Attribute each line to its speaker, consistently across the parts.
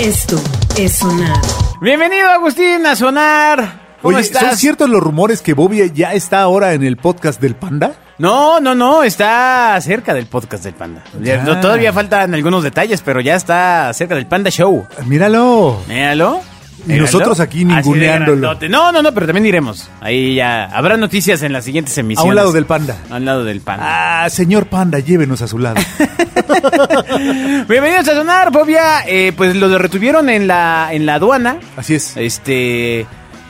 Speaker 1: Esto es sonar.
Speaker 2: Bienvenido, Agustín, a sonar. ¿Cómo
Speaker 3: Oye, ¿son
Speaker 2: estás?
Speaker 3: ciertos los rumores que Bobby ya está ahora en el podcast del Panda?
Speaker 2: No, no, no, está cerca del podcast del Panda. Ya,
Speaker 3: Ya.
Speaker 2: no, Todavía faltan algunos detalles, pero ya está cerca del Panda Show.
Speaker 3: Míralo.
Speaker 2: Míralo.
Speaker 3: Y nosotros aquí
Speaker 2: Así de
Speaker 3: ninguneándolo.
Speaker 2: grandote. No, no, no, pero también iremos. Ahí ya habrá noticias en las siguientes
Speaker 3: A
Speaker 2: emisiones.
Speaker 3: un lado del Panda.
Speaker 2: A un lado del Panda.
Speaker 3: Ah, señor Panda, llévenos a su lado.
Speaker 2: Bienvenidos a Sonar, Bobia. Eh, pues lo retuvieron en la, en la aduana.
Speaker 3: Así es.
Speaker 2: Este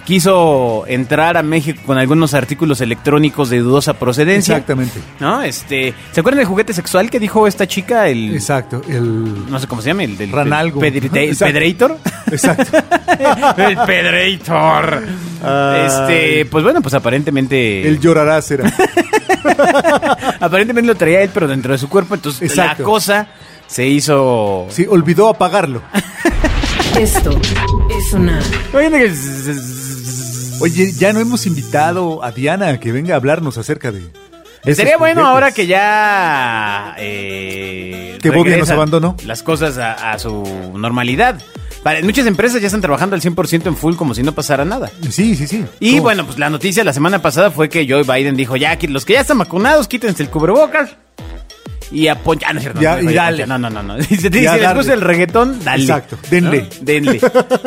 Speaker 2: quiso entrar a México con algunos artículos electrónicos de dudosa procedencia.
Speaker 3: Exactamente.
Speaker 2: ¿No? Este, ¿se acuerdan del juguete sexual que dijo esta chica el
Speaker 3: Exacto. El
Speaker 2: no sé cómo se llama, el del
Speaker 3: Ranalgo.
Speaker 2: pe- pedrite- el
Speaker 3: Exacto.
Speaker 2: Pedreitor?
Speaker 3: Exacto.
Speaker 2: el Pedreitor.
Speaker 3: Ay.
Speaker 2: Este, pues bueno, pues aparentemente
Speaker 3: El llorará será.
Speaker 2: aparentemente lo traía él pero dentro de su cuerpo, entonces
Speaker 3: Exacto.
Speaker 2: la cosa se hizo
Speaker 3: Sí, olvidó apagarlo.
Speaker 1: Esto es sonar.
Speaker 2: Oigan, que- Estaría
Speaker 3: Oye, ya no hemos invitado a Diana a que venga a hablarnos acerca de. de esos
Speaker 2: bueno
Speaker 3: juguetes.
Speaker 2: ahora que ya eh,
Speaker 3: Que Bobia nos
Speaker 2: regresan
Speaker 3: abandonó.
Speaker 2: las cosas a, a su normalidad. Para, muchas empresas ya están trabajando al 100% en full como si no pasara nada.
Speaker 3: Sí, sí, sí.
Speaker 2: Y
Speaker 3: ¿Cómo?
Speaker 2: bueno, pues la noticia la semana pasada fue que Joe Biden dijo, ya, qui- los que ya están vacunados, quítense el cubrebocas. Y apoya, ah, no es cierto, no,
Speaker 3: Ya,
Speaker 2: no, no,
Speaker 3: y
Speaker 2: no,
Speaker 3: dale.
Speaker 2: No, no, no. no. Si, te-
Speaker 3: Ya
Speaker 2: si les
Speaker 3: dale.
Speaker 2: gusta el reggaetón, dale.
Speaker 3: Exacto, denle.
Speaker 2: ¿No? Denle.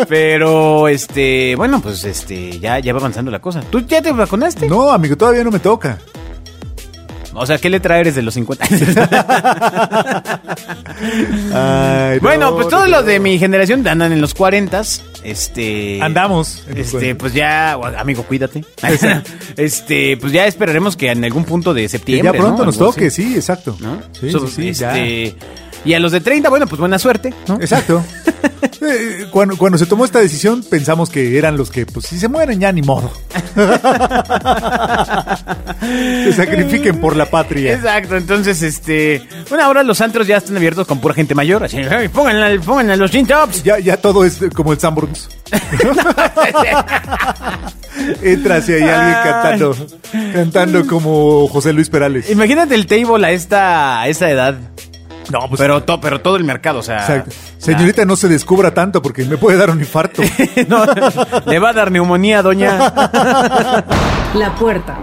Speaker 2: Pero, este, bueno, pues este, ya, ya va avanzando la cosa. ¿Tú ya te vacunaste?
Speaker 3: No, amigo, todavía no me toca.
Speaker 2: O sea, ¿qué letra eres de los 50?
Speaker 3: Ay, no,
Speaker 2: bueno, pues
Speaker 3: no,
Speaker 2: todos
Speaker 3: no.
Speaker 2: los de mi generación andan en los 40. Este.
Speaker 3: Andamos. en los
Speaker 2: Este,
Speaker 3: cuernos.
Speaker 2: pues ya, amigo, cuídate. este, pues ya esperaremos que en algún punto de
Speaker 3: Que
Speaker 2: septiembre.
Speaker 3: ya pronto
Speaker 2: ¿no?
Speaker 3: nos
Speaker 2: Algo así,
Speaker 3: toque, sí, exacto.
Speaker 2: ¿no?
Speaker 3: Sí,
Speaker 2: So,
Speaker 3: sí, sí, ya.
Speaker 2: este, Y a los de 30, bueno, pues buena suerte, ¿no?
Speaker 3: Exacto. Eh, cuando, cuando se tomó esta decisión pensamos que eran los que, pues si se mueren ya ni modo. se sacrifiquen por la patria.
Speaker 2: Exacto, entonces, este. Bueno, ahora los antros ya están abiertos con pura gente mayor. Así, "Ay, pónganla, pónganla los gin tops.
Speaker 3: Ya, ya todo es como el Sanborns. Entra hacia ahí alguien cantando, cantando como José Luis Perales.
Speaker 2: Imagínate el table a esta, a esa edad.
Speaker 3: No, pues-
Speaker 2: Pero, to- pero todo el mercado, o sea.
Speaker 3: Exacto. Señorita, no se descubra tanto porque me puede dar un infarto.
Speaker 2: No, le va a dar neumonía, doña.
Speaker 1: La puerta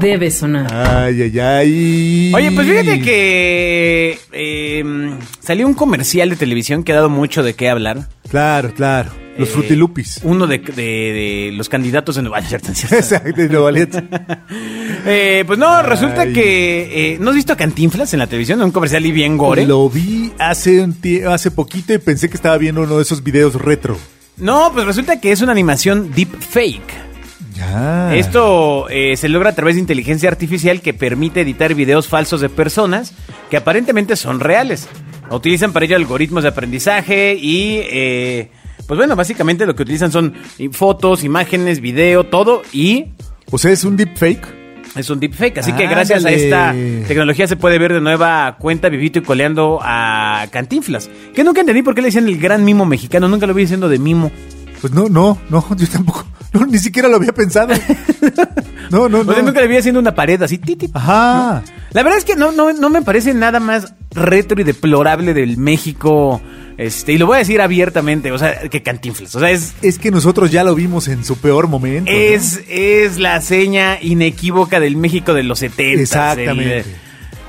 Speaker 1: debe sonar.
Speaker 3: Ay, ay, ay.
Speaker 2: Oye, pues fíjate que eh, salió un comercial de televisión que ha dado mucho de qué hablar.
Speaker 3: Claro, claro. Los
Speaker 2: Eh,
Speaker 3: frutilupis.
Speaker 2: Uno de, de- de los candidatos en Nueva York.
Speaker 3: Exacto, y lo valía-
Speaker 2: Eh, pues no, resulta
Speaker 3: Ay.
Speaker 2: que... eh, ¿No has visto a Cantinflas en la televisión? Un comercial y bien gore.
Speaker 3: Lo vi hace un tie- hace poquito y pensé que estaba viendo uno de esos videos retro.
Speaker 2: No, pues resulta que es una animación deep fake.
Speaker 3: Ya.
Speaker 2: Esto eh, se logra a través de inteligencia artificial que permite editar videos falsos de personas que aparentemente son reales. Utilizan para ello algoritmos de aprendizaje y, eh, pues bueno, básicamente lo que utilizan son eh, fotos, imágenes, video, todo y
Speaker 3: O sea, es un deepfake.
Speaker 2: es un deepfake. Así que gracias
Speaker 3: Ándale.
Speaker 2: a esta tecnología se puede ver de nueva cuenta vivito y coleando a Cantinflas. Que nunca entendí por qué le decían el gran mimo mexicano. Nunca lo vi diciendo de mimo.
Speaker 3: Pues no, no, no, yo tampoco. No, ni siquiera lo había pensado. No, no,
Speaker 2: O
Speaker 3: no.
Speaker 2: sea, nunca le vi haciendo una pared así, ti, ti, ti.
Speaker 3: Ajá.
Speaker 2: La verdad es que no, no, no me parece nada más retro y deplorable del México. Este, y lo voy a decir abiertamente, o sea, que cantinflas. O sea, es,
Speaker 3: Es que nosotros ya lo vimos en su peor momento. ¿no?
Speaker 2: es, es la seña inequívoca del México de los 70.
Speaker 3: Exactamente.
Speaker 2: Del,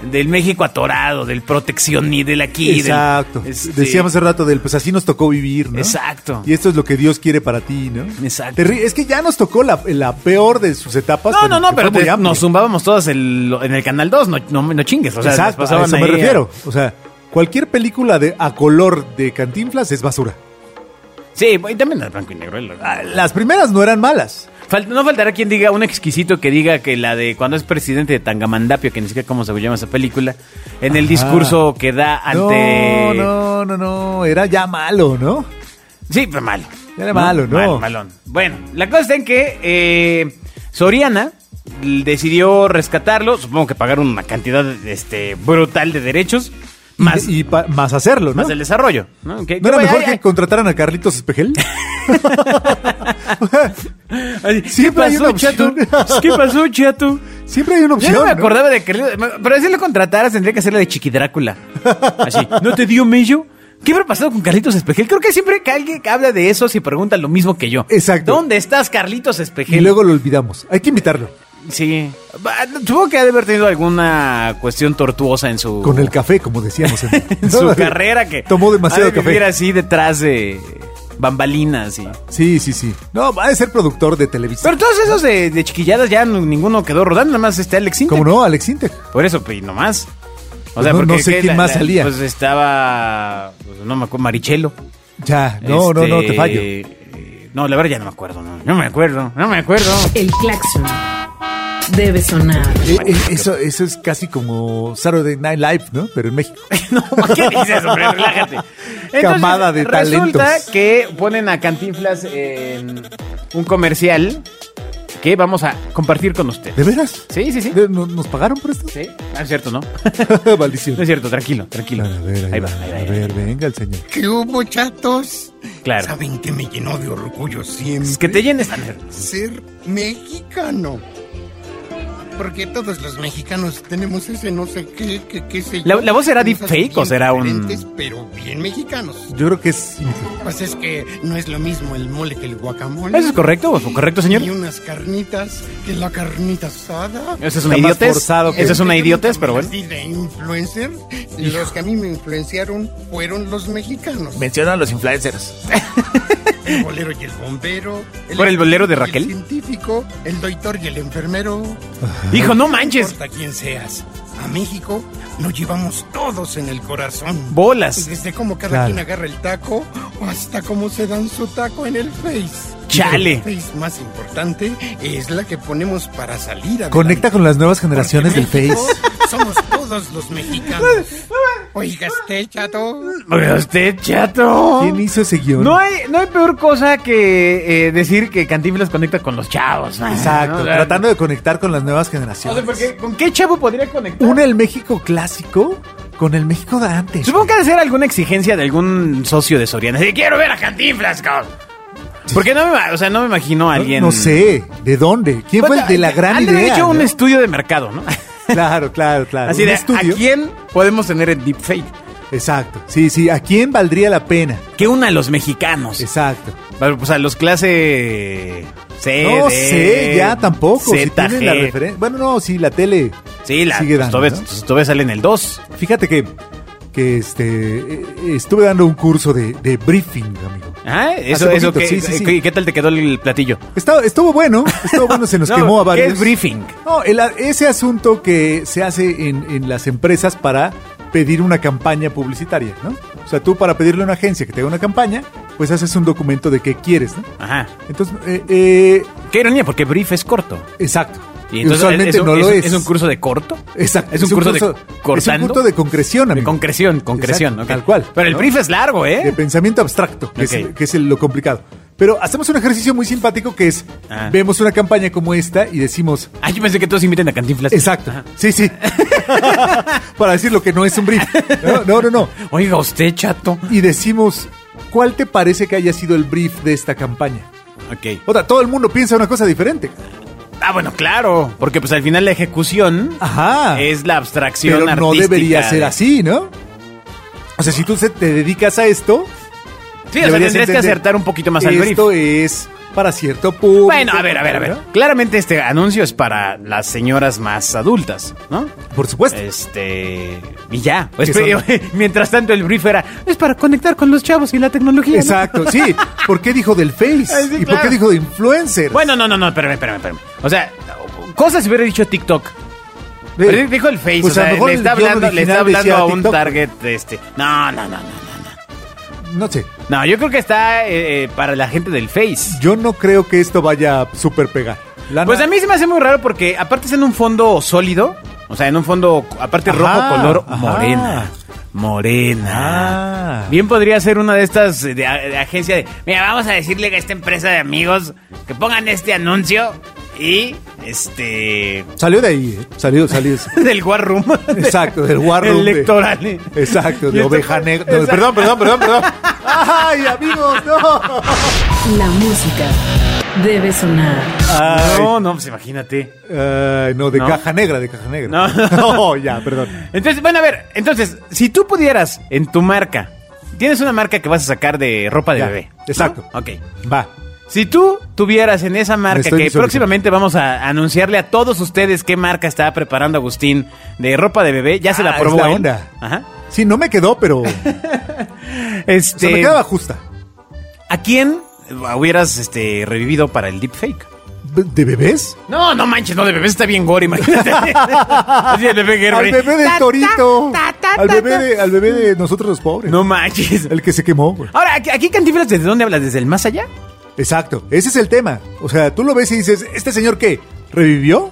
Speaker 2: del México atorado, del protección y del aquí. del-
Speaker 3: Exacto.
Speaker 2: este,
Speaker 3: Decíamos hace rato del, pues así nos tocó vivir, ¿no?
Speaker 2: Exacto.
Speaker 3: Y esto es lo que Dios quiere para ti, ¿no?
Speaker 2: Exacto.
Speaker 3: Terri- es que ya nos tocó la, la peor de sus etapas.
Speaker 2: No, no, no,
Speaker 3: que fue
Speaker 2: pero
Speaker 3: muy
Speaker 2: te-
Speaker 3: amplia.
Speaker 2: nos zumbábamos todos el- en el Canal 2, no, no, no chingues. O sea, nos
Speaker 3: Exacto, a
Speaker 2: pasaban
Speaker 3: eso me
Speaker 2: ahí a-
Speaker 3: refiero. O sea, cualquier película de a color de Cantinflas es basura.
Speaker 2: Sí, y también el blanco y negro. el-
Speaker 3: Ah, Las primeras no eran malas.
Speaker 2: Fal- no faltará quien diga, un exquisito que diga que la de cuando es presidente de Tangamandapio, que ni siquiera cómo se llama esa película, en el
Speaker 3: Ajá.
Speaker 2: discurso que da ante...
Speaker 3: No, no, no, no, era ya malo, ¿no?
Speaker 2: Sí, pero malo.
Speaker 3: Era malo, ¿no?
Speaker 2: Malo, malón. Bueno, la cosa está en que eh, Soriana l- decidió rescatarlo, supongo que pagaron una cantidad este, brutal de derechos,
Speaker 3: Y-
Speaker 2: más,
Speaker 3: y, pa- más hacerlo, ¿no?
Speaker 2: más el desarrollo. ¿no? Que-
Speaker 3: ¿No era
Speaker 2: que-
Speaker 3: mejor
Speaker 2: ay,
Speaker 3: que
Speaker 2: ay,
Speaker 3: contrataran a Carlitos Espejel?
Speaker 2: ay,
Speaker 3: siempre hay
Speaker 2: ¿Qué
Speaker 3: una
Speaker 2: pasó, chato?
Speaker 3: opción.
Speaker 2: ¿Qué pasó, chato?
Speaker 3: Siempre hay una
Speaker 2: Yo
Speaker 3: opción.
Speaker 2: no me
Speaker 3: ¿no?
Speaker 2: acordaba de Carlitos. Pero si lo contrataras, tendría que hacerle de Chiqui Drácula. Así. ¿No te dio mello? ¿Qué habrá pasado con Carlitos Espejel? Creo que siempre que alguien habla de eso se pregunta lo mismo que yo.
Speaker 3: Exacto.
Speaker 2: ¿Dónde estás, Carlitos Espejel?
Speaker 3: Y luego lo olvidamos. Hay que invitarlo.
Speaker 2: Sí. Bah, Supongo que ha de haber tenido alguna cuestión tortuosa en su...
Speaker 3: Con el café, como decíamos. En,
Speaker 2: en su carrera que...
Speaker 3: Tomó demasiado
Speaker 2: ha de vivir
Speaker 3: café.
Speaker 2: así detrás de bambalinas y...
Speaker 3: Sí, sí, sí. No, va a ser productor de televisión.
Speaker 2: Pero todos esos de, de chiquilladas ya no- ninguno quedó rodando, nada más este Alex Intec.
Speaker 3: ¿Cómo no? Alex Intec.
Speaker 2: Por eso, pues, y nomás.
Speaker 3: Pues no- no sé
Speaker 2: ¿qué?
Speaker 3: quién más salía.
Speaker 2: Pues estaba, pues, no me acuerdo, Marichelo.
Speaker 3: Ya, no, no, no,
Speaker 2: Este,
Speaker 3: te fallo.
Speaker 2: eh, No, la verdad ya no me acuerdo, no, no me acuerdo, no me acuerdo.
Speaker 1: El claxon debe sonar.
Speaker 3: Eh, eh, eso, eso es casi como Saturday Night Live, ¿no? Pero en México.
Speaker 2: No, ¿qué dices, hombre? Relájate.
Speaker 3: Camada de
Speaker 2: resulta
Speaker 3: talentos.
Speaker 2: que ponen a Cantinflas en un comercial que vamos a compartir con usted.
Speaker 3: ¿De veras?
Speaker 2: Sí, sí, sí.
Speaker 3: ¿De- no- ¿Nos pagaron por esto?
Speaker 2: Sí, ah, es cierto, ¿no?
Speaker 3: Maldición.
Speaker 2: No es cierto, tranquilo, tranquilo.
Speaker 3: A ver, ahí, va,
Speaker 2: ahí
Speaker 3: a
Speaker 2: va.
Speaker 3: ver, venga el señor.
Speaker 4: ¿Qué hubo, chatos?
Speaker 2: Claro.
Speaker 4: Saben que me llenó de orgullo
Speaker 2: Es
Speaker 4: siempre
Speaker 2: que te llenes.
Speaker 4: ser mexicano. Porque todos los mexicanos tenemos ese no sé qué, qué, qué sé yo.
Speaker 2: ¿La- la voz era
Speaker 4: Cosas
Speaker 2: deepfake o
Speaker 4: bien
Speaker 2: será un-
Speaker 4: diferentes, Pero bien mexicanos.
Speaker 3: Yo creo que es...
Speaker 4: Pues es que no es lo mismo el mole que el guacamole.
Speaker 2: ¿Eso es correcto? ¿Correcto, señor?
Speaker 4: Y unas carnitas que la carnita asada.
Speaker 2: Esa es una
Speaker 3: Está más
Speaker 2: idiotez.
Speaker 3: forzado que-
Speaker 2: Esa es una
Speaker 4: Tengo
Speaker 2: idiotez,
Speaker 4: también
Speaker 2: pero bueno.
Speaker 4: así de influencer. Los que a mí me influenciaron fueron los mexicanos.
Speaker 3: Menciona a los influencers.
Speaker 4: El bolero y el bombero.
Speaker 2: ¿Por el bolero de
Speaker 4: y el
Speaker 2: Raquel?
Speaker 4: científico, el doctor y el enfermero.
Speaker 2: Hijo, no
Speaker 4: No
Speaker 2: manches.
Speaker 4: importa quién seas. A México lo llevamos todos en el corazón.
Speaker 2: Bolas.
Speaker 4: Desde cómo cada
Speaker 3: Claro.
Speaker 4: quien agarra el taco o hasta cómo se dan su taco en el Face.
Speaker 2: Chale.
Speaker 4: El Face más importante es la que ponemos para salir a
Speaker 3: Conecta con las nuevas generaciones del Face.
Speaker 4: Somos todos los mexicanos. Oigaste, chato.
Speaker 2: Oiga usted, chato.
Speaker 3: ¿Quién hizo ese guión?
Speaker 2: No hay, no hay peor cosa que eh, decir que Cantinflas conecta con los chavos. ¿no?
Speaker 3: Exacto,
Speaker 2: O sea,
Speaker 3: tratando de conectar con las nuevas
Speaker 2: o sea,
Speaker 3: generaciones.
Speaker 2: porque ¿con qué chavo podría conectar?
Speaker 3: Una el México clásico con el México de antes.
Speaker 2: Supongo que ha de ser alguna exigencia de algún socio de Soriana. Si quiero ver a Cantinflas, cabrón. Porque no me, ma- o sea, no me imagino a
Speaker 3: No-
Speaker 2: alguien.
Speaker 3: No sé, ¿de dónde? ¿Quién fue el de la gran
Speaker 2: Han de haber
Speaker 3: idea?
Speaker 2: hecho un
Speaker 3: no?
Speaker 2: estudio de mercado, ¿no?
Speaker 3: Claro, claro, claro.
Speaker 2: Así
Speaker 3: Un
Speaker 2: de,
Speaker 3: estudio.
Speaker 2: ¿a quién podemos tener en deepfake?
Speaker 3: Exacto. Sí, sí, ¿a quién valdría la pena?
Speaker 2: Que una a los mexicanos.
Speaker 3: Exacto.
Speaker 2: Bueno, Pues a los clase C.
Speaker 3: No
Speaker 2: D,
Speaker 3: sé, ya tampoco. Si
Speaker 2: ZG.
Speaker 3: tienen la referen- Bueno, no, sí, la tele.
Speaker 2: Sí, la,
Speaker 3: sigue
Speaker 2: pues,
Speaker 3: dando,
Speaker 2: todavía,
Speaker 3: ¿no?
Speaker 2: pues, todavía sale en el 2.
Speaker 3: Fíjate que, que este eh, estuve dando un curso de, de briefing, amigo.
Speaker 2: Ah, eso,
Speaker 3: Hace
Speaker 2: eso
Speaker 3: poquito,
Speaker 2: ¿qué,
Speaker 3: sí, sí, sí.
Speaker 2: qué- qué tal te quedó el platillo?
Speaker 3: Estaba- estuvo bueno, estuvo bueno, se nos
Speaker 2: No,
Speaker 3: quemó a
Speaker 2: ¿qué
Speaker 3: varios.
Speaker 2: es briefing?
Speaker 3: No, el a- ese asunto que se hace en, en las empresas para pedir una campaña publicitaria, ¿no? O sea, tú para pedirle a una agencia que te haga una campaña, pues haces un documento de qué quieres, ¿no?
Speaker 2: Ajá.
Speaker 3: Entonces, eh, eh,
Speaker 2: Qué ironía, porque brief es corto.
Speaker 3: exacto.
Speaker 2: Y entonces,
Speaker 3: Usualmente
Speaker 2: es un,
Speaker 3: no lo es.
Speaker 2: es un curso de corto?
Speaker 3: Exacto.
Speaker 2: ¿Es un, curso, de
Speaker 3: Es un
Speaker 2: cortando?
Speaker 3: curso de concreción,
Speaker 2: De
Speaker 3: amigo.
Speaker 2: concreción, concreción.
Speaker 3: Exacto,
Speaker 2: ok.
Speaker 3: Tal cual.
Speaker 2: Pero el
Speaker 3: ¿no?
Speaker 2: brief es largo,
Speaker 3: de
Speaker 2: ¿eh?
Speaker 3: pensamiento abstracto, que,
Speaker 2: Ok.
Speaker 3: es, que es el- lo complicado. Pero hacemos un ejercicio muy simpático que es,
Speaker 2: Ah.
Speaker 3: vemos una campaña como esta y decimos,
Speaker 2: Ah, yo pensé que todos inviten a Cantinflas.
Speaker 3: exacto,
Speaker 2: Ajá.
Speaker 3: sí, sí, para decir lo que no es un brief. No, no, no, no.
Speaker 2: Oiga, usted, chato.
Speaker 3: Y decimos, ¿cuál te parece que haya sido el brief de esta campaña?
Speaker 2: Ok.
Speaker 3: O sea, todo el mundo piensa una cosa diferente.
Speaker 2: Ah, bueno, claro. Porque pues al final la ejecución
Speaker 3: Ajá.
Speaker 2: es la abstracción
Speaker 3: Ah. pero no
Speaker 2: artística
Speaker 3: debería
Speaker 2: de-
Speaker 3: ser así, ¿no? O sea, si tú se- te dedicas a esto,
Speaker 2: Sí, o sea,
Speaker 3: deberías
Speaker 2: tendrías que
Speaker 3: entender,
Speaker 2: acertar un poquito más al brief.
Speaker 3: Esto es para cierto público.
Speaker 2: Bueno, a ver, a ver, a ver.
Speaker 3: ¿no?
Speaker 2: Claramente este anuncio es para las señoras más adultas, ¿no?
Speaker 3: Por
Speaker 2: Eh,
Speaker 3: supuesto.
Speaker 2: Este. Y ya. Pues,
Speaker 3: Pues, Que son-
Speaker 2: pero- mientras tanto, el brief era. Es para conectar con los chavos y la tecnología. ¿no?"
Speaker 3: Exacto, sí. ¿Por qué dijo del Face?
Speaker 2: Ah, sí,
Speaker 3: ¿Y por
Speaker 2: claro.
Speaker 3: qué dijo de influencer?
Speaker 2: Bueno, no, no, no, espérame, espérame, espérame. O sea, cosas hubiera dicho TikTok. Pero dijo el Face,
Speaker 3: Pues
Speaker 2: o sea,
Speaker 3: a lo mejor
Speaker 2: le está
Speaker 3: el guión
Speaker 2: hablando, le está
Speaker 3: original
Speaker 2: hablando
Speaker 3: decía
Speaker 2: a un
Speaker 3: TikTok.
Speaker 2: target, este. No, no, no, no, no.
Speaker 3: No sé.
Speaker 2: No, yo creo que está eh, eh, para la gente del Face.
Speaker 3: Yo no creo que esto vaya a super pegar. Lana-
Speaker 2: Pues a mí se me hace muy raro porque aparte es en un fondo sólido, o sea, en un fondo aparte
Speaker 3: Ajá,
Speaker 2: rojo color
Speaker 3: ajá.
Speaker 2: morena. Morena.
Speaker 3: Ah.
Speaker 2: Bien podría ser una de estas eh, de, a- de agencia de, mira, vamos a decirle a esta empresa de amigos que pongan este anuncio y este
Speaker 3: Salió de ahí, ¿eh? salió, salió.
Speaker 2: del War Room.
Speaker 3: Exacto, del War Room de-
Speaker 2: Electoral.
Speaker 3: Exacto,
Speaker 2: Y
Speaker 3: de
Speaker 2: esto-
Speaker 3: oveja negra. No,
Speaker 2: Exacto.
Speaker 3: perdón, perdón, perdón, perdón. ¡Ay, amigos, no!
Speaker 1: La música debe sonar.
Speaker 3: Ay.
Speaker 2: No, no, pues imagínate.
Speaker 3: Ay, no, de
Speaker 2: No.
Speaker 3: caja negra, de caja negra.
Speaker 2: No.
Speaker 3: ya, perdón.
Speaker 2: Entonces, bueno, a ver, entonces, si tú pudieras en tu marca Tienes una marca que vas a sacar de ropa de
Speaker 3: Ya,
Speaker 2: bebé. ¿no?
Speaker 3: exacto.
Speaker 2: Ok.
Speaker 3: Va.
Speaker 2: Si tú tuvieras en esa
Speaker 3: Me
Speaker 2: marca,
Speaker 3: estoy
Speaker 2: que
Speaker 3: visualizando.
Speaker 2: próximamente vamos a anunciarle a todos ustedes qué marca está preparando Agustín de ropa de bebé, ya se
Speaker 3: Ah,
Speaker 2: la
Speaker 3: es
Speaker 2: probó.
Speaker 3: la
Speaker 2: él.
Speaker 3: onda.
Speaker 2: Ajá.
Speaker 3: Sí, no me quedó, pero
Speaker 2: Este,
Speaker 3: se me quedaba justa.
Speaker 2: ¿A quién hubieras este, revivido para el deepfake?
Speaker 3: ¿B- ¿De bebés?
Speaker 2: No, no manches, no, de bebé está bien gore, imagínate. Así el bebé
Speaker 3: Al
Speaker 2: Gerber.
Speaker 3: bebé del torito. Al bebé de, al bebé de nosotros los pobres.
Speaker 2: No manches.
Speaker 3: El que se quemó, güey.
Speaker 2: Ahora, aquí, aquí Cantinflas, ¿desde dónde hablas? ¿Desde el más allá?
Speaker 3: Exacto. Ese es el tema. O sea, tú lo ves y dices, ¿este señor qué? ¿Revivió?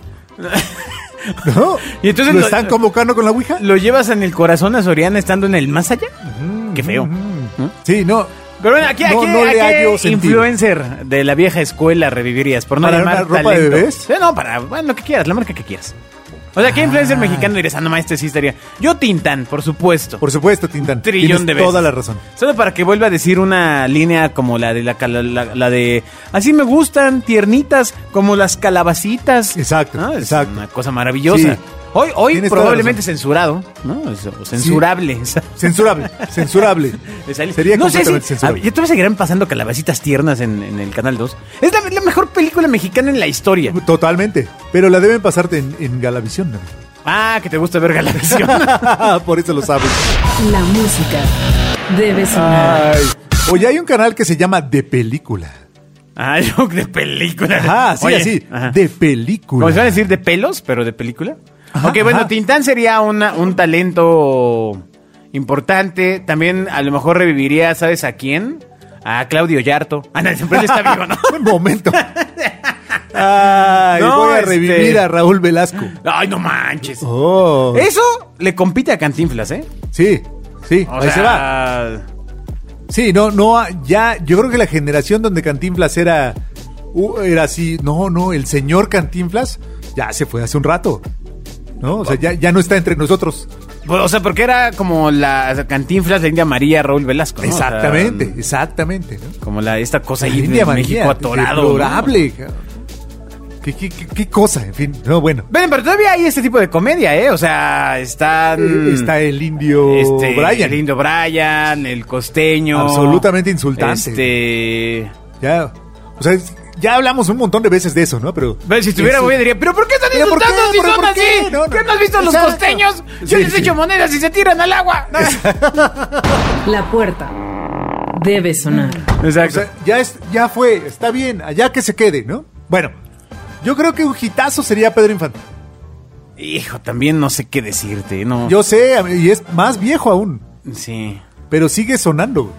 Speaker 3: ¿No?
Speaker 2: Y entonces
Speaker 3: ¿Lo
Speaker 2: lo-
Speaker 3: están convocando con la Ouija?
Speaker 2: ¿Lo llevas en el corazón a Soriana estando en el más allá? Qué feo. ¿no?
Speaker 3: Sí, no.
Speaker 2: Pero bueno, aquí,
Speaker 3: No,
Speaker 2: aquí,
Speaker 3: no le
Speaker 2: aquí
Speaker 3: hallo sentido.
Speaker 2: influencer de la vieja escuela revivirías, por no
Speaker 3: ¿Para
Speaker 2: llamar
Speaker 3: una ropa
Speaker 2: talento.
Speaker 3: de bebés?
Speaker 2: Sí, No, para bueno, lo que quieras, la marca que quieras. O sea, ¿qué influencer mexicano dirías? Ah, no, ma, este sí estaría. Yo Tintán, por supuesto.
Speaker 3: Por supuesto, Tintán.
Speaker 2: trillón
Speaker 3: Tienes
Speaker 2: de veces.
Speaker 3: toda la razón.
Speaker 2: Solo para que vuelva a decir una línea como la de la, cala- la- la de así me gustan, tiernitas, como las calabacitas.
Speaker 3: Exacto,
Speaker 2: ¿No? Es
Speaker 3: exacto.
Speaker 2: Una cosa maravillosa.
Speaker 3: Sí.
Speaker 2: Hoy, hoy
Speaker 3: Tienes toda la
Speaker 2: probablemente
Speaker 3: razón.
Speaker 2: censurado, ¿no? Es- O censurable.
Speaker 3: Censurable, censurable.
Speaker 2: Es ahí.
Speaker 3: Sería
Speaker 2: no sé si,
Speaker 3: completamente censurable.
Speaker 2: a- y todavía seguirán pasando calabacitas tiernas en, en el Canal 2. Es la, la mejor película mexicana en la historia.
Speaker 3: Totalmente. Pero la deben pasarte en, en Galavisión. ¿no?
Speaker 2: Ah, que te gusta ver Galavisión.
Speaker 3: Por eso lo sabes.
Speaker 1: La música debe sonar.
Speaker 3: Ay. Oye, hay un canal que se llama De Película.
Speaker 2: ah, yo de película.
Speaker 3: Ajá, sí,
Speaker 2: Oye,
Speaker 3: así.
Speaker 2: ajá.
Speaker 3: De Película.
Speaker 2: Como se van a decir de pelos, pero de película.
Speaker 3: Ajá,
Speaker 2: ok, bueno,
Speaker 3: ajá.
Speaker 2: Tintán sería una- un talento importante. También a lo mejor reviviría, ¿sabes a quién? A Claudio Yarto. Ah, no, siempre él está vivo, ¿no?
Speaker 3: Un momento. Ay,
Speaker 2: No,
Speaker 3: voy a
Speaker 2: este-
Speaker 3: revivir a Raúl Velasco.
Speaker 2: Ay, no manches.
Speaker 3: Oh.
Speaker 2: Eso le compite a Cantinflas, ¿eh?
Speaker 3: Sí, sí,
Speaker 2: O
Speaker 3: ahí
Speaker 2: sea,
Speaker 3: se va. Sí, no, no, ah, ya, yo creo que la generación donde Cantinflas era, uh, era así, no, no, el señor Cantinflas ya se fue hace un rato, ¿no? O sea, ya, ya no está entre nosotros.
Speaker 2: pues, O sea, porque era como la Cantinflas, la India María, Raúl Velasco. ¿no? O sea,
Speaker 3: exactamente, exactamente. ¿no?
Speaker 2: como la, esta cosa ahí
Speaker 3: La
Speaker 2: de
Speaker 3: India
Speaker 2: México
Speaker 3: María,
Speaker 2: atorado. ¿no?
Speaker 3: deplorable, cabrón. ¿Qué, qué, qué- qué cosa, en fin, no, bueno.
Speaker 2: Ven, pero todavía hay este tipo de comedia, ¿eh? O sea, están...
Speaker 3: Eh, Está el indio
Speaker 2: Mm. este,
Speaker 3: Brian.
Speaker 2: El Indio Brian, el costeño.
Speaker 3: Absolutamente insultante.
Speaker 2: Este.
Speaker 3: Ya, o sea, es- ya hablamos un montón de veces de eso, ¿no? Pero, este,
Speaker 2: Pero si estuviera
Speaker 3: Ese-
Speaker 2: bien diría, ¿pero por qué están
Speaker 3: ¿Pero por
Speaker 2: insultando
Speaker 3: qué?
Speaker 2: si
Speaker 3: ¿Pero
Speaker 2: son
Speaker 3: por
Speaker 2: así?
Speaker 3: qué?
Speaker 2: ¿Qué
Speaker 3: No, no.
Speaker 2: no has visto a los
Speaker 3: Exacto.
Speaker 2: costeños? Yo
Speaker 3: Sí,
Speaker 2: les
Speaker 3: sí.
Speaker 2: echo monedas y se tiran al agua. No.
Speaker 1: La puerta debe sonar.
Speaker 3: O sea, ya, es, ya fue, está bien, allá que se quede, ¿no? Bueno, yo creo que un hitazo sería Pedro Infante.
Speaker 2: Hijo, también no sé qué decirte, ¿no?
Speaker 3: Yo sé, y es más viejo aún,
Speaker 2: Sí.
Speaker 3: pero sigue sonando. güey.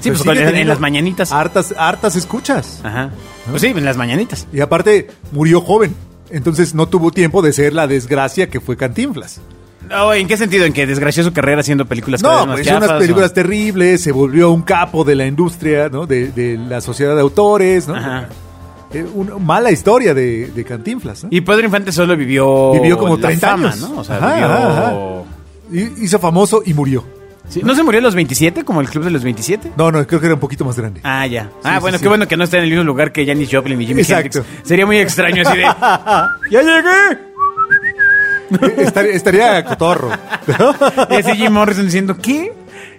Speaker 2: Sí,
Speaker 3: O
Speaker 2: pues
Speaker 3: sea, sigue
Speaker 2: en- en
Speaker 3: teniendo Ah.
Speaker 2: las mañanitas.
Speaker 3: Hartas, hartas escuchas.
Speaker 2: Ajá. Pues sí, en las mañanitas.
Speaker 3: Y aparte, murió joven. Entonces no tuvo tiempo de ser la desgracia que fue Cantinflas.
Speaker 2: No, Oh, ¿en qué sentido? ¿En que desgració su carrera haciendo películas cada
Speaker 3: no,
Speaker 2: vez más
Speaker 3: pues hizo
Speaker 2: chafas,
Speaker 3: unas
Speaker 2: o-
Speaker 3: películas terribles, se volvió un capo de la industria, ¿no? De, de la sociedad de autores, ¿no?
Speaker 2: Ajá.
Speaker 3: Eh, una mala historia de, de Cantinflas, ¿no?
Speaker 2: Y Pedro Infante solo vivió.
Speaker 3: Vivió como
Speaker 2: la
Speaker 3: 30
Speaker 2: fama,
Speaker 3: años.
Speaker 2: ¿no? O sea,
Speaker 3: Ajá,
Speaker 2: vivió.
Speaker 3: ajá, ajá. Y- hizo famoso y murió.
Speaker 2: Sí, ¿No se murió a los 27, como el club de los 27?
Speaker 3: No, no, creo que era un poquito más grande.
Speaker 2: Ah, ya.
Speaker 3: Sí,
Speaker 2: Ah,
Speaker 3: sí,
Speaker 2: bueno,
Speaker 3: sí.
Speaker 2: qué bueno que no está en el mismo lugar que Janis Joplin y Jimi
Speaker 3: Exacto.
Speaker 2: Hendrix. Sería muy extraño así de... ¡Ya llegué!
Speaker 3: Eh, Estaría, estaría cotorro.
Speaker 2: Y así Jim Morrison diciendo, ¿qué?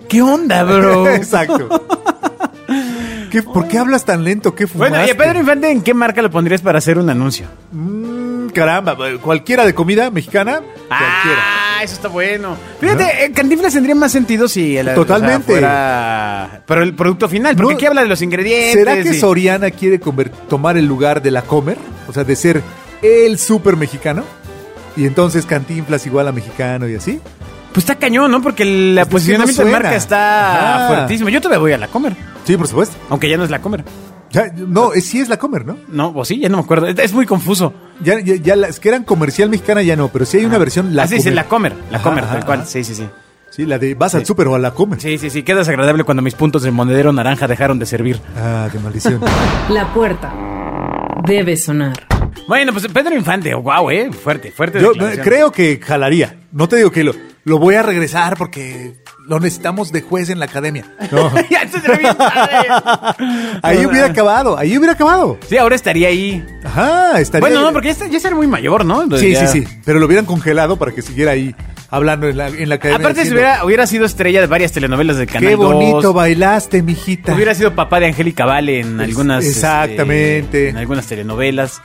Speaker 2: ¿Qué onda, bro?
Speaker 3: Exacto. ¿Qué- ¿Por qué hablas tan lento? ¿Qué fumaste?
Speaker 2: Bueno, y a Pedro Infante, ¿en qué marca lo pondrías para hacer un anuncio?
Speaker 3: Mm, caramba, cualquiera de comida mexicana, cualquiera.
Speaker 2: Ah, eso está bueno. Fíjate, eh, Cantinflas tendría más sentido si... el- o sea,
Speaker 3: Totalmente.
Speaker 2: fuera- pero el producto final, porque
Speaker 3: No.
Speaker 2: aquí habla de los ingredientes.
Speaker 3: ¿Será que
Speaker 2: y-
Speaker 3: Soriana quiere conver- tomar el lugar de la comer? O sea, de ser el súper mexicano. Y entonces Cantinflas igual a mexicano y así.
Speaker 2: Pues está cañón, ¿no? Porque el
Speaker 3: Pues es que
Speaker 2: posicionamiento
Speaker 3: no
Speaker 2: de
Speaker 3: suena.
Speaker 2: marca está
Speaker 3: Ajá.
Speaker 2: fuertísimo. Yo todavía voy a la comer,
Speaker 3: Sí, por supuesto.
Speaker 2: aunque ya no es la comer.
Speaker 3: Ya, no, es- sí es la comer, ¿no?
Speaker 2: No, o sí, ya no me acuerdo. Es- Es muy confuso.
Speaker 3: Ya, ya, ya las que eran comercial mexicana ya no, pero sí hay una versión la
Speaker 2: Así
Speaker 3: comer.
Speaker 2: dice, Ah, la comer, la
Speaker 3: Ajá,
Speaker 2: comer,
Speaker 3: ajá,
Speaker 2: tal cual.
Speaker 3: ajá.
Speaker 2: Sí, sí, sí.
Speaker 3: Sí, la de vas al súper o a la comer.
Speaker 2: Sí, sí, sí. Qué desagradable cuando mis puntos del monedero naranja dejaron de servir.
Speaker 3: Ah, de maldición.
Speaker 1: La puerta debe sonar.
Speaker 2: Bueno, pues Pedro Infante, wow, eh. Fuerte, fuerte.
Speaker 3: Yo
Speaker 2: declaración.
Speaker 3: eh, creo que jalaría. No te digo que lo, lo voy a regresar porque lo necesitamos de juez en la academia. No.
Speaker 2: Ya, esto sería bien padre.
Speaker 3: ahí hubiera acabado, ahí hubiera acabado.
Speaker 2: Sí, ahora estaría ahí.
Speaker 3: Ajá, estaría.
Speaker 2: Bueno, no, porque ya, está- ya era muy mayor, ¿no?
Speaker 3: Sí,
Speaker 2: Ya-
Speaker 3: sí, sí. Pero lo hubieran congelado para que siguiera ahí hablando en la, en la academia.
Speaker 2: Aparte, si
Speaker 3: diciendo,
Speaker 2: hubiera, hubiera sido estrella de varias telenovelas del canal.
Speaker 3: Qué bonito
Speaker 2: 2,
Speaker 3: bailaste, mijita.
Speaker 2: Hubiera sido papá de Angélica Vale en algunas. este,
Speaker 3: exactamente.
Speaker 2: en algunas telenovelas.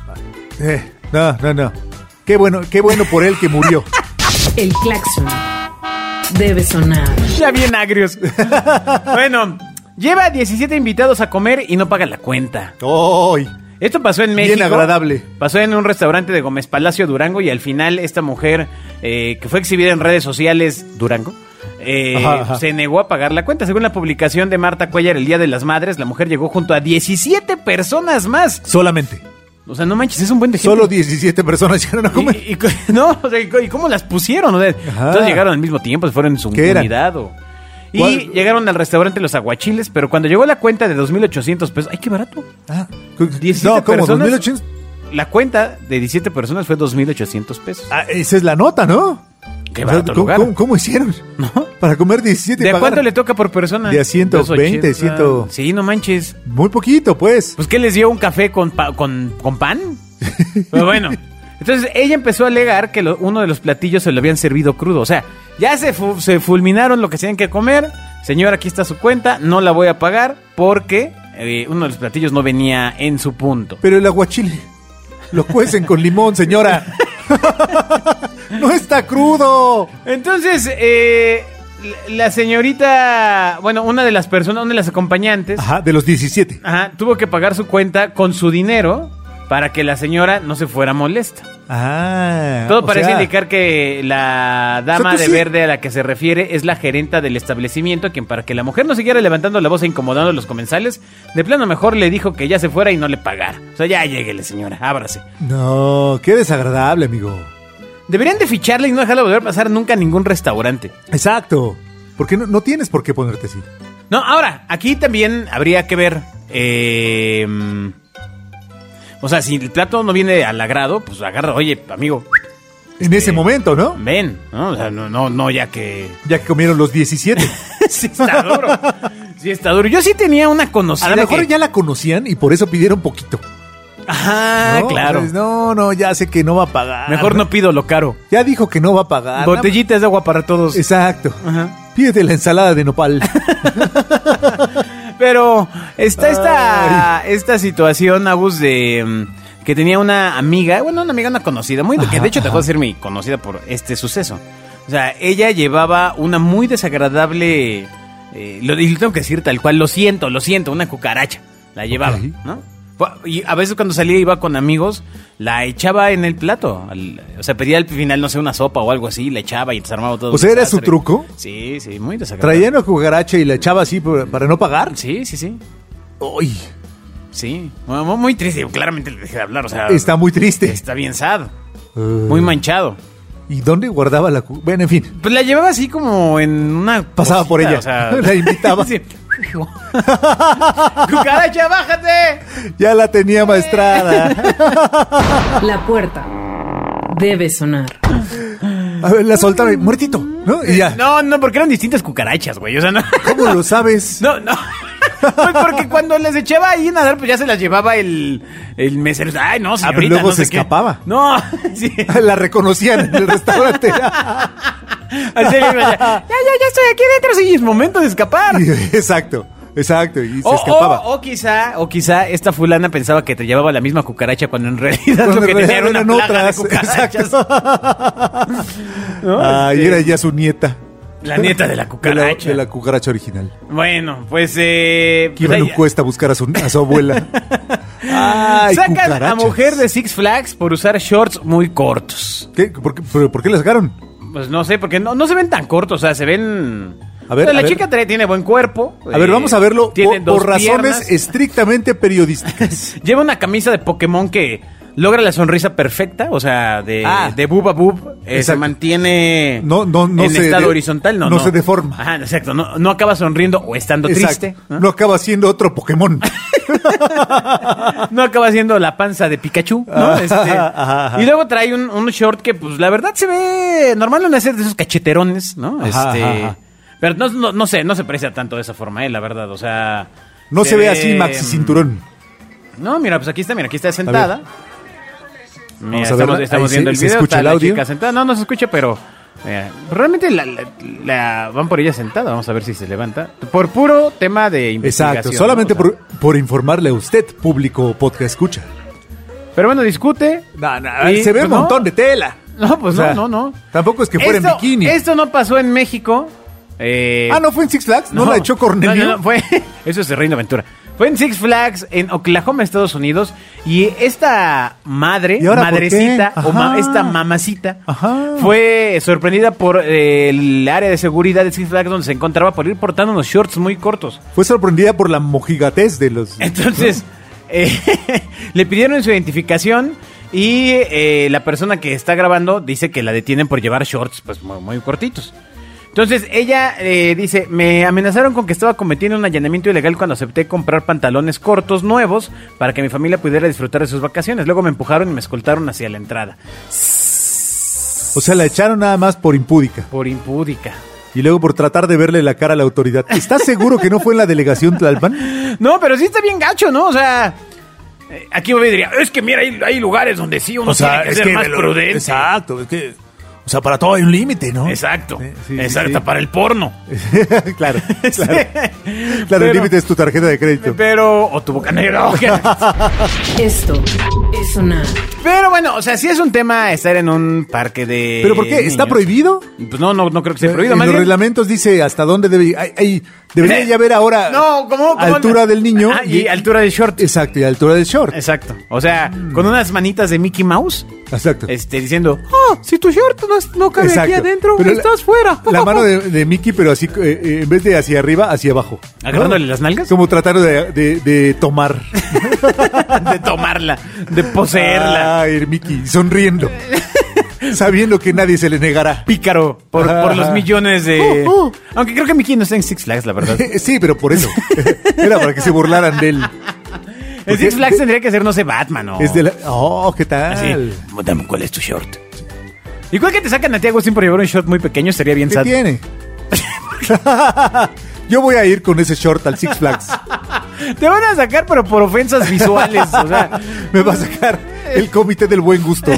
Speaker 3: Eh, no, no, no. Qué bueno, qué bueno por él que murió.
Speaker 1: El claxon debe sonar.
Speaker 2: Ya bien agrios. bueno, lleva 17 invitados a comer y no paga la cuenta.
Speaker 3: ¡Ay!
Speaker 2: Esto pasó en
Speaker 3: Bien
Speaker 2: México.
Speaker 3: agradable.
Speaker 2: Pasó en un restaurante de Gómez Palacio, Durango, y al final esta mujer eh, que fue exhibida en redes sociales, Durango, eh,
Speaker 3: Ajá, ajá.
Speaker 2: se negó a pagar la cuenta. Según la publicación de Marta Cuellar el Día de las Madres, la mujer llegó junto a 17 personas más.
Speaker 3: Solamente.
Speaker 2: O sea, no manches, es un buen de gente.
Speaker 3: Solo 17 personas llegaron a comer.
Speaker 2: Y- y cu- no, o sea, ¿y cu- ¿y cómo las pusieron? O sea,
Speaker 3: Ajá.
Speaker 2: todos llegaron al mismo tiempo, se fueron en su
Speaker 3: ¿Qué eran?
Speaker 2: unidad o- Y
Speaker 3: ¿Cuál?
Speaker 2: llegaron al restaurante Los Aguachiles, pero cuando llegó la cuenta de 2.800 pesos, ¡ay, qué barato!
Speaker 3: Ah,
Speaker 2: 17
Speaker 3: no, ¿cómo?
Speaker 2: personas.
Speaker 3: 2080.
Speaker 2: La cuenta de 17 personas fue 2.800 pesos.
Speaker 3: Ah, esa es la nota, ¿no?
Speaker 2: Qué
Speaker 3: O sea,
Speaker 2: barato
Speaker 3: ¿cómo,
Speaker 2: lugar.
Speaker 3: cómo- cómo hicieron? Para comer 17 y
Speaker 2: ¿De a
Speaker 3: pagar
Speaker 2: cuánto le toca por persona?
Speaker 3: De a 120,
Speaker 2: 280.
Speaker 3: 100.
Speaker 2: Sí, no manches.
Speaker 3: Muy poquito, pues.
Speaker 2: Pues, ¿qué les dio un café con, pa- con, con pan? Pero bueno. Entonces, ella empezó a alegar que lo- uno de los platillos se lo habían servido crudo. O sea, ya se, fu- se fulminaron lo que tenían que comer. Señora, aquí está su cuenta. No la voy a pagar porque eh, uno de los platillos no venía en su punto.
Speaker 3: Pero el aguachile lo cuecen con limón, señora. no está crudo.
Speaker 2: Entonces, eh, la la señorita, bueno, una de las personas, una de las acompañantes,
Speaker 3: Ajá, de los 17.
Speaker 2: ajá, tuvo que pagar su cuenta con su dinero para que la señora no se fuera molesta.
Speaker 3: Ah.
Speaker 2: Todo
Speaker 3: o
Speaker 2: parece
Speaker 3: sea,
Speaker 2: indicar que la
Speaker 3: O sea,
Speaker 2: dama
Speaker 3: tú
Speaker 2: de
Speaker 3: sí-
Speaker 2: verde a la que se refiere es la gerenta del establecimiento, quien para que la mujer no siguiera levantando la voz e incomodando a los comensales, de plano mejor le dijo que ya se fuera y no le pagara. O sea, ya lléguele, señora, ábrase.
Speaker 3: No, qué desagradable, amigo.
Speaker 2: Deberían de ficharla y no dejarla volver a pasar nunca a ningún restaurante.
Speaker 3: Exacto. Porque no, no tienes por qué ponerte así.
Speaker 2: No, ahora, aquí también habría que ver. eh, mm, o sea, si el plato no viene al agrado, pues agarra, oye, amigo,
Speaker 3: En ese momento, ¿no?
Speaker 2: ven, ¿no? O sea, no, no, no, ya que.
Speaker 3: Ya que comieron los 17.
Speaker 2: sí está duro. Sí está duro. Yo sí tenía una conocida.
Speaker 3: A lo mejor
Speaker 2: que-
Speaker 3: ya la conocían y por eso pidieron poquito.
Speaker 2: Ajá,
Speaker 3: ¿no?
Speaker 2: claro.
Speaker 3: Entonces, no, no, ya sé que no va a pagar.
Speaker 2: mejor no pido lo caro.
Speaker 3: Ya dijo que no va a pagar.
Speaker 2: Botellitas de agua para todos.
Speaker 3: Exacto.
Speaker 2: Ajá.
Speaker 3: Pídete la ensalada de nopal.
Speaker 2: Pero está esta, esta situación, Agus, de mm, que tenía una amiga, bueno, una amiga, una conocida, muy que de hecho dejó de ser mi conocida por este suceso. O sea, ella llevaba una muy desagradable, eh, lo, y lo tengo que decir tal cual, lo siento, lo siento, una cucaracha. La llevaba,
Speaker 3: Ok.
Speaker 2: ¿no? Fue- Y a veces cuando salía iba con amigos, la echaba en el plato. al- o sea, pedía al final, no sé, una sopa o algo así, la echaba y desarmaba todo.
Speaker 3: O sea,
Speaker 2: un
Speaker 3: ¿era su
Speaker 2: desastre.
Speaker 3: truco?
Speaker 2: Sí, sí, muy desagradable.
Speaker 3: Traía una cucaracha y la echaba así por- para no pagar.
Speaker 2: Sí, sí, sí.
Speaker 3: Uy,
Speaker 2: Sí, bueno, mu- muy triste. Claramente le dejé de hablar, o sea.
Speaker 3: está muy triste.
Speaker 2: está bien sad,
Speaker 3: Uh,
Speaker 2: muy manchado.
Speaker 3: ¿Y dónde guardaba la cu- Bueno, en fin.
Speaker 2: Pues la llevaba así como en una.
Speaker 3: Pasaba por ella. La invitaba.
Speaker 2: Sí. ¡Cucaracha, bájate!
Speaker 3: Ya la tenía maestrada.
Speaker 1: La puerta debe sonar.
Speaker 3: A ver, la soltaba y muertito, ¿no? Y ya.
Speaker 2: No, no, porque eran distintas cucarachas, güey. O sea, no.
Speaker 3: ¿Cómo lo sabes?
Speaker 2: No, no. Pues porque cuando les echaba ahí a nadar, pues ya se las llevaba el, el mesero. Ay, no, señorita,
Speaker 3: Ah, pero luego
Speaker 2: no sé
Speaker 3: se
Speaker 2: qué.
Speaker 3: escapaba.
Speaker 2: No, sí.
Speaker 3: La reconocían en el restaurante.
Speaker 2: Así iba ya. Ya, ya, ya estoy aquí dentro, sí, es momento de escapar.
Speaker 3: exacto, exacto. Y se
Speaker 2: O,
Speaker 3: escapaba.
Speaker 2: o- o quizá, o quizá esta fulana pensaba que te llevaba la misma cucaracha cuando en realidad
Speaker 3: Cuando
Speaker 2: lo que
Speaker 3: en
Speaker 2: tenía era
Speaker 3: realidad
Speaker 2: una
Speaker 3: eran
Speaker 2: plaga
Speaker 3: otras,
Speaker 2: de cucarachas. ¿No?
Speaker 3: Ay,
Speaker 2: Este,
Speaker 3: Ah, era ya su nieta.
Speaker 2: La nieta de la
Speaker 3: De la,
Speaker 2: cucaracha.
Speaker 3: de la cucaracha original.
Speaker 2: Bueno, pues eh.
Speaker 3: Que
Speaker 2: pues
Speaker 3: iba en
Speaker 2: ahí-
Speaker 3: un cuesta a buscar a su, a su abuela. Ay,
Speaker 2: sacan a
Speaker 3: cucarachas.
Speaker 2: mujer de Six Flags por usar shorts muy cortos.
Speaker 3: ¿Qué? ¿Por, qué, pero por qué la sacaron?
Speaker 2: Pues no sé, porque no, no se ven tan cortos, o sea, se ven.
Speaker 3: A
Speaker 2: O
Speaker 3: ver,
Speaker 2: sea, la
Speaker 3: a ver.
Speaker 2: chica trae- tiene buen cuerpo.
Speaker 3: A ver,
Speaker 2: eh,
Speaker 3: vamos a verlo
Speaker 2: tiene
Speaker 3: por,
Speaker 2: dos
Speaker 3: por razones
Speaker 2: piernas.
Speaker 3: estrictamente periodísticas.
Speaker 2: Lleva una camisa de Pokémon que logra la sonrisa perfecta, o sea, de,
Speaker 3: Ah.
Speaker 2: de boob a boob. eh, se
Speaker 3: Exacto.
Speaker 2: mantiene
Speaker 3: No, no, no
Speaker 2: en
Speaker 3: se
Speaker 2: estado
Speaker 3: de-
Speaker 2: horizontal, no,
Speaker 3: no se deforma.
Speaker 2: Ajá, exacto, no, no acaba sonriendo o estando triste.
Speaker 3: Exacto.
Speaker 2: ¿no?
Speaker 3: ¿no? acaba siendo otro Pokémon.
Speaker 2: No acaba siendo la panza de Pikachu, ¿no?
Speaker 3: Ajá,
Speaker 2: Este,
Speaker 3: Ah. ajá, ajá.
Speaker 2: Y luego trae un, un short que, pues, la verdad se ve... Normal lo hace de esos cacheterones, ¿no?
Speaker 3: Ajá,
Speaker 2: este,
Speaker 3: ajá, ajá.
Speaker 2: Pero no, no, no sé, no se aprecia tanto de esa forma, eh, la verdad, o sea...
Speaker 3: No se, ve así maxi
Speaker 2: mm,
Speaker 3: cinturón.
Speaker 2: No, mira, pues aquí está, mira, aquí está sentada. Mira,
Speaker 3: Vamos a
Speaker 2: estamos,
Speaker 3: verla.
Speaker 2: estamos
Speaker 3: Ahí
Speaker 2: viendo
Speaker 3: se-
Speaker 2: el
Speaker 3: se
Speaker 2: video,
Speaker 3: escucha
Speaker 2: está
Speaker 3: el
Speaker 2: la
Speaker 3: audio.
Speaker 2: chica sentada. No, no se escucha, pero Mira, realmente la, la- la- van por ella sentada, vamos a ver si se levanta. Por puro tema de investigación.
Speaker 3: Exacto,
Speaker 2: ¿no?
Speaker 3: solamente
Speaker 2: O sea,
Speaker 3: por, por informarle a usted, público podcast escucha.
Speaker 2: Pero bueno, discute. Y,
Speaker 3: se ve
Speaker 2: pues,
Speaker 3: un
Speaker 2: no.
Speaker 3: montón de tela.
Speaker 2: No, pues
Speaker 3: O sea,
Speaker 2: no, no, no.
Speaker 3: Tampoco es que fuera
Speaker 2: esto,
Speaker 3: en bikini.
Speaker 2: Esto no pasó en México. Eh,
Speaker 3: ah, ¿no fue en Six Flags? ¿No, la echó Cornelio?
Speaker 2: No, no, no, fue, eso es de Reino Aventura. Fue en Six Flags, en Oklahoma, Estados Unidos. Y esta madre,
Speaker 3: ¿Y ahora por
Speaker 2: madrecita,
Speaker 3: qué?
Speaker 2: o ma-
Speaker 3: Ajá.
Speaker 2: esta mamacita,
Speaker 3: Ajá.
Speaker 2: fue sorprendida por eh, el área de seguridad de Six Flags donde se encontraba por ir portando unos shorts muy cortos.
Speaker 3: Fue sorprendida por la mojigatez de los...
Speaker 2: Entonces, eh, le pidieron su identificación y eh, la persona que está grabando dice que la detienen por llevar shorts pues muy, muy cortitos. Entonces ella eh, dice, me amenazaron con que estaba cometiendo un allanamiento ilegal cuando acepté comprar pantalones cortos nuevos para que mi familia pudiera disfrutar de sus vacaciones. Luego me empujaron y me escoltaron hacia la entrada.
Speaker 3: O sea, la echaron nada más por impúdica.
Speaker 2: Por impúdica.
Speaker 3: Y luego por tratar de verle la cara a la autoridad. ¿Estás seguro que no fue en la delegación Tlalpan?
Speaker 2: No, pero sí está bien gacho, ¿no? O sea, eh, aquí yo diría, es que mira, hay, hay lugares donde sí uno tiene que ser más
Speaker 3: me lo-
Speaker 2: prudente.
Speaker 3: Exacto, es que... O sea, para todo hay un límite, ¿no?
Speaker 2: Exacto.
Speaker 3: Sí, sí, sí,
Speaker 2: Exacto,
Speaker 3: sí.
Speaker 2: para el porno.
Speaker 3: claro,
Speaker 2: Sí.
Speaker 3: claro. Claro, este
Speaker 2: Pero-
Speaker 3: el límite es tu tarjeta de crédito.
Speaker 2: Pero, o tu bocanero.
Speaker 1: Esto es sonar.
Speaker 2: Pero bueno, o sea, sí es un tema estar en un parque de.
Speaker 3: ¿Pero por qué? ¿Está
Speaker 2: niños.
Speaker 3: prohibido? Eh,
Speaker 2: Pues no, no, no creo que sea prohibido.
Speaker 3: En
Speaker 2: más
Speaker 3: los
Speaker 2: bien-
Speaker 3: reglamentos dice hasta dónde debe... ay, ay, debería ya haber ahora
Speaker 2: Eh, No, ¿cómo? cómo?
Speaker 3: altura del niño.
Speaker 2: Ah, y, altura del short.
Speaker 3: Exacto, y altura del short.
Speaker 2: Exacto. O sea,
Speaker 3: Mm.
Speaker 2: con unas manitas de Mickey Mouse,
Speaker 3: Exacto.
Speaker 2: este, diciendo, ah, si tu short no, es- no cabe aquí
Speaker 3: Exacto.
Speaker 2: adentro,
Speaker 3: Pero la-
Speaker 2: estás fuera.
Speaker 3: La mano de, de Mickey, pero así, eh, eh, en vez de hacia arriba, hacia abajo.
Speaker 2: ¿Agarrándole las nalgas?
Speaker 3: Como tratar de, de- de tomar.
Speaker 2: de tomarla, de poseerla.
Speaker 3: Ay, Mickey, sonriendo. sabiendo que nadie se le negará.
Speaker 2: Pícaro, por,
Speaker 3: Ajá.
Speaker 2: por los millones de.
Speaker 3: Uh, uh.
Speaker 2: Aunque creo que Mickey no está en Six Flags, la verdad.
Speaker 3: sí, pero por eso. Era para que se burlaran de él.
Speaker 2: El Six Flags tendría que ser, no Ah, sé, Batman o...
Speaker 3: Es de la- Oh, ¿qué tal?
Speaker 2: Así, dame cuál es tu short. Igual que te sacan a ti, Agustín, por llevar un short muy pequeño, sería bien
Speaker 3: ¿Qué
Speaker 2: sad.
Speaker 3: tiene? Yo voy a ir con ese short al Six Flags.
Speaker 2: Te van a sacar, pero por ofensas visuales, o sea...
Speaker 3: Me va a sacar el comité del buen gusto.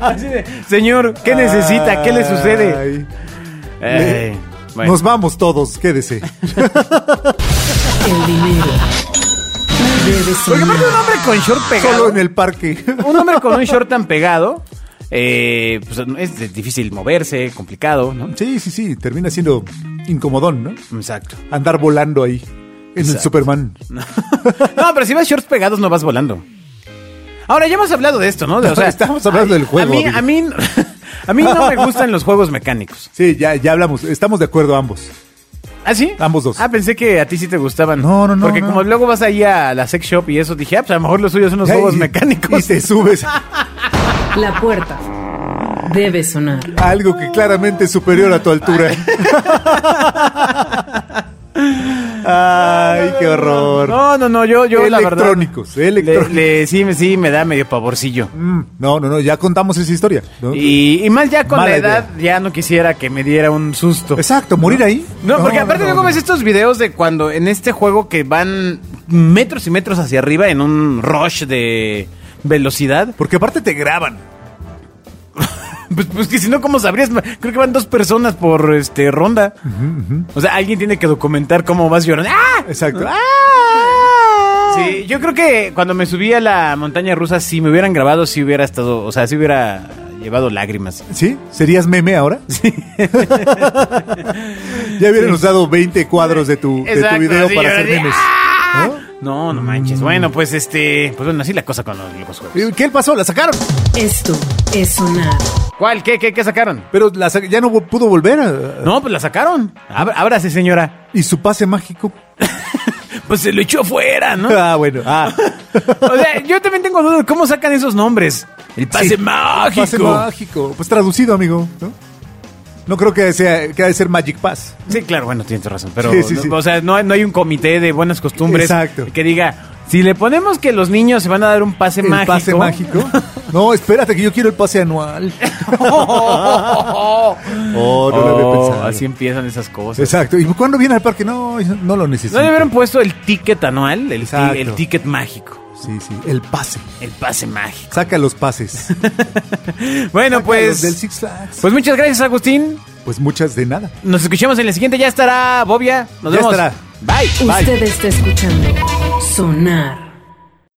Speaker 2: así de, Señor, ¿qué necesita? ¿Qué le sucede?
Speaker 3: Ay. eh,
Speaker 2: Ay, bueno.
Speaker 3: Nos vamos todos, quédese.
Speaker 1: El dinero debe
Speaker 2: Porque
Speaker 1: sonar.
Speaker 2: aparte un hombre con short pegado...
Speaker 3: Solo en el parque.
Speaker 2: Un hombre con un short tan pegado... eh, pues, es difícil moverse, complicado, ¿no?
Speaker 3: Sí, sí, sí, termina siendo incomodón, ¿no?
Speaker 2: Exacto.
Speaker 3: Andar volando ahí, en el Superman.
Speaker 2: No, pero si vas shorts pegados no vas volando. Ahora, ya hemos hablado de esto, ¿no? De- o sea,
Speaker 3: Estamos hablando del juego,
Speaker 2: A mí,
Speaker 3: amigo.
Speaker 2: a, mí, a mí no me gustan los juegos mecánicos.
Speaker 3: Sí, ya, ya hablamos, estamos de acuerdo ambos.
Speaker 2: ¿Ah, sí?
Speaker 3: Ambos dos.
Speaker 2: Ah, pensé que a ti sí te gustaban.
Speaker 3: No, no, no,
Speaker 2: Porque
Speaker 3: no.
Speaker 2: como luego vas ahí a la sex shop y eso, dije, ah, pues a lo mejor los suyos son los
Speaker 3: Ya,
Speaker 2: juegos
Speaker 3: y-
Speaker 2: mecánicos.
Speaker 3: Y te subes a
Speaker 1: La puerta debe sonar.
Speaker 3: algo que claramente es superior a tu altura. Ay, qué horror.
Speaker 2: No, no, no, yo, yo la verdad.
Speaker 3: Electrónicos, electrónicos.
Speaker 2: Le, le- sí, me- sí, me da medio pavorcillo.
Speaker 3: Mm, No, no, no, ya contamos esa historia. ¿no?
Speaker 2: Y, y más ya con
Speaker 3: Mala
Speaker 2: la
Speaker 3: idea.
Speaker 2: edad, ya no quisiera que me diera un susto.
Speaker 3: Exacto, morir ahí.
Speaker 2: No, porque aparte
Speaker 3: no,
Speaker 2: luego
Speaker 3: no.
Speaker 2: ves estos videos de cuando en este juego que van metros y metros hacia arriba en un rush de velocidad.
Speaker 3: Porque aparte te graban.
Speaker 2: Pues, pues que si no, ¿cómo sabrías? Creo que van dos personas por este ronda. O sea, alguien tiene que documentar cómo vas llorando. ¡Ah!
Speaker 3: Exacto.
Speaker 2: ¡Ah! Sí, yo creo que cuando me subí a la montaña rusa, si me hubieran grabado, si hubiera estado, o sea, si hubiera llevado lágrimas.
Speaker 3: ¿Sí? ¿Serías meme ahora? ya hubieran usado 20 cuadros de tu, de tu
Speaker 2: Exacto,
Speaker 3: video
Speaker 2: así
Speaker 3: para hacer
Speaker 2: llorando,
Speaker 3: memes.
Speaker 2: ¡ah!
Speaker 3: ¿No?
Speaker 2: No, no manches. Bueno, pues este, pues bueno, así la cosa con los, los juegos.
Speaker 3: Eh, ¿Qué pasó? ¿La sacaron?
Speaker 1: Esto es sonar.
Speaker 2: ¿Cuál? ¿Qué, qué, qué sacaron?
Speaker 3: Pero la sa- ya no vo- pudo volver. eh,
Speaker 2: No, pues la sacaron. Abra- Ábrase, señora.
Speaker 3: ¿Y su pase mágico?
Speaker 2: Pues se lo echó afuera, ¿no?
Speaker 3: Ah, bueno. Ah,
Speaker 2: o sea, yo también tengo dudas de cómo sacan esos nombres. El pase
Speaker 3: Sí.
Speaker 2: mágico.
Speaker 3: pase mágico. Pues traducido, amigo. ¿no? No creo que sea que ha de ser Magic Pass.
Speaker 2: Sí, claro, bueno, tienes razón. Pero,
Speaker 3: Sí, sí,
Speaker 2: no-
Speaker 3: sí.
Speaker 2: o sea, no, hay- no hay un comité de buenas costumbres
Speaker 3: Exacto.
Speaker 2: que diga, si le ponemos que los niños se van a dar un pase
Speaker 3: el
Speaker 2: mágico.
Speaker 3: pase mágico. No, espérate que yo quiero el pase anual.
Speaker 2: oh,
Speaker 3: Oh, no lo había pensado.
Speaker 2: Así empiezan esas cosas.
Speaker 3: Exacto. ¿Y cuándo viene al parque? No, no lo necesito.
Speaker 2: No le hubieran puesto el ticket anual, el, ti-
Speaker 3: Exacto.
Speaker 2: el ticket mágico.
Speaker 3: Sí, sí. El pase.
Speaker 2: El pase mágico.
Speaker 3: Saca los pases.
Speaker 2: Bueno,
Speaker 3: Saca los
Speaker 2: pues.
Speaker 3: Del Six Flags. Pues,
Speaker 2: Pues muchas gracias, Agustín.
Speaker 3: muchas de nada.
Speaker 2: Nos escuchamos en el siguiente. Ya estará Bobia. Nos
Speaker 3: Ya
Speaker 2: vemos.
Speaker 3: estará.
Speaker 2: Bye.
Speaker 1: Usted está escuchando Sonar.